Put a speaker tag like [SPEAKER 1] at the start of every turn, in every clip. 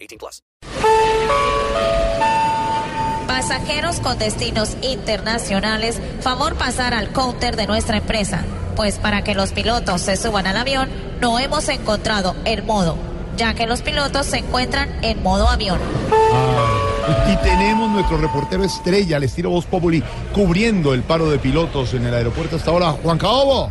[SPEAKER 1] 18 plus.
[SPEAKER 2] Pasajeros con destinos internacionales, favor pasar al counter de nuestra empresa, pues para que los pilotos se suban al avión no hemos encontrado el modo, ya que los pilotos se encuentran en modo avión.
[SPEAKER 3] Y tenemos nuestro reportero estrella, al estilo Voz Populi, cubriendo el paro de pilotos en el aeropuerto hasta ahora. Juan Caobo.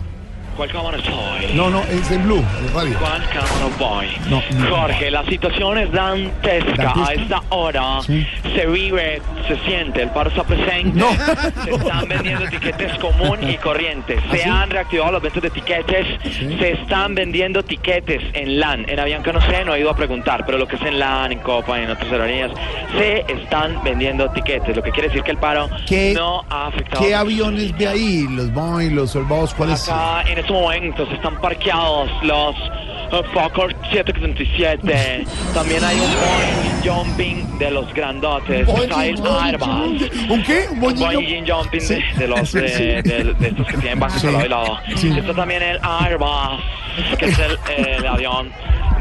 [SPEAKER 4] ¿Cuál cámara estoy?
[SPEAKER 3] No, no, es en Blue, en radio.
[SPEAKER 4] ¿Cuál cámara voy?
[SPEAKER 3] No, no.
[SPEAKER 4] Jorge, la situación es dantesca.
[SPEAKER 3] ¿Dantesca?
[SPEAKER 4] A esta hora
[SPEAKER 3] Sí.
[SPEAKER 4] se vive, se siente, el paro está presente.
[SPEAKER 3] No.
[SPEAKER 4] Se están vendiendo tiquetes común y corriente. Se
[SPEAKER 3] ¿Ah, sí?
[SPEAKER 4] han reactivado las ventas de tiquetes. Se están vendiendo tiquetes en LAN. En Avianca no sé, no he ido a preguntar, pero lo que es en LAN, en Copa, en otras aerolíneas, se están vendiendo tiquetes. Lo que quiere decir que el paro
[SPEAKER 3] ¿Qué-
[SPEAKER 4] no ha afectado.
[SPEAKER 3] ¿Qué
[SPEAKER 4] a-
[SPEAKER 3] aviones ve ahí? ¿Los Boeing, los Solvados? ¿Cuáles?
[SPEAKER 4] Acá en estos momentos están parqueados los eh, Fokker 777. También hay un Boeing Jumping de los grandotes. Está el Airbus.
[SPEAKER 3] ¿Un qué? ¿Un
[SPEAKER 4] Un
[SPEAKER 3] Boeing?
[SPEAKER 4] Boeing Jumping
[SPEAKER 3] Sí.
[SPEAKER 4] de, de los
[SPEAKER 3] Sí,
[SPEAKER 4] eh,
[SPEAKER 3] sí.
[SPEAKER 4] de, de estos que tienen bases
[SPEAKER 3] Sí.
[SPEAKER 4] al lado y lado.
[SPEAKER 3] Sí.
[SPEAKER 4] Está también el Airbus, que es el, eh, el avión.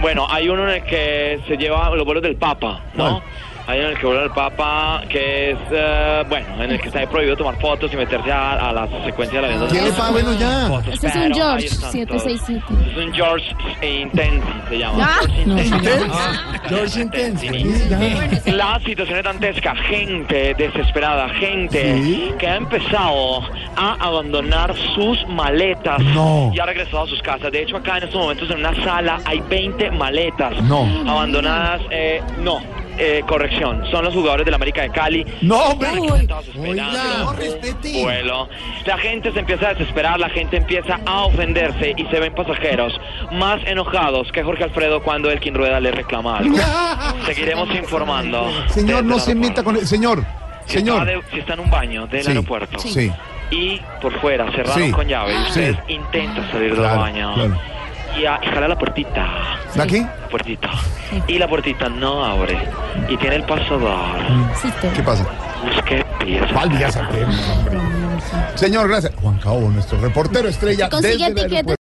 [SPEAKER 4] Bueno, hay uno en el que se lleva los vuelos del Papa, ¿no?
[SPEAKER 3] ¿Cuál?
[SPEAKER 4] Hay uno en el que vuela el Papa, que es, eh, bueno, en el que está prohibido tomar fotos y meterse a, a la secuencia de la avión.
[SPEAKER 3] ¿Qué le pasa? Bueno, ya.
[SPEAKER 5] Este es un George 767.
[SPEAKER 4] Es un George Intensi, se llama.
[SPEAKER 3] Ah.
[SPEAKER 4] George
[SPEAKER 5] no,
[SPEAKER 4] Intensi.
[SPEAKER 3] señor.
[SPEAKER 4] Ah,
[SPEAKER 3] George Intense.
[SPEAKER 4] Intensini.
[SPEAKER 3] Sí, ya.
[SPEAKER 4] La situación es dantesca, gente desesperada, gente
[SPEAKER 3] Sí.
[SPEAKER 4] que ha empezado a abandonar sus maletas
[SPEAKER 3] No.
[SPEAKER 4] y ha regresado a sus casas. De hecho, acá en estos momentos en una sala hay 20 maletas
[SPEAKER 3] No.
[SPEAKER 4] abandonadas. eh, no, eh, corrección, son los jugadores de la América de Cali
[SPEAKER 3] No, hombre.
[SPEAKER 4] Estamos
[SPEAKER 3] Oiga,
[SPEAKER 4] esperando
[SPEAKER 3] no, respete.
[SPEAKER 4] un vuelo. La gente se empieza a desesperar, la gente empieza a ofenderse y se ven pasajeros más enojados que Jorge Alfredo cuando Elkin Rueda le reclama algo. Seguiremos informando.
[SPEAKER 3] Señor,
[SPEAKER 4] desde
[SPEAKER 3] no
[SPEAKER 4] el
[SPEAKER 3] se
[SPEAKER 4] aeropuerto.
[SPEAKER 3] meta con el... Señor,
[SPEAKER 4] Si está,
[SPEAKER 3] señor.
[SPEAKER 4] de- si está en un baño del
[SPEAKER 3] Sí,
[SPEAKER 4] aeropuerto
[SPEAKER 3] sí.
[SPEAKER 4] y por fuera cerraron
[SPEAKER 3] Sí,
[SPEAKER 4] con llave y
[SPEAKER 3] sí.
[SPEAKER 4] usted intenta salir del
[SPEAKER 3] Claro,
[SPEAKER 4] baño
[SPEAKER 3] claro.
[SPEAKER 4] y, a- y jala la puertita
[SPEAKER 3] ¿Está aquí?
[SPEAKER 4] la puertita y la puertita no abre y tiene el pasador
[SPEAKER 3] Mm. ¿Qué pasa?
[SPEAKER 4] qué pieza
[SPEAKER 3] Valdi, ya saqué, hombre. Señor, gracias. Juan Caobo, nuestro reportero estrella.
[SPEAKER 5] Consigue
[SPEAKER 3] desde el
[SPEAKER 5] tiquetes
[SPEAKER 3] aeropuerto.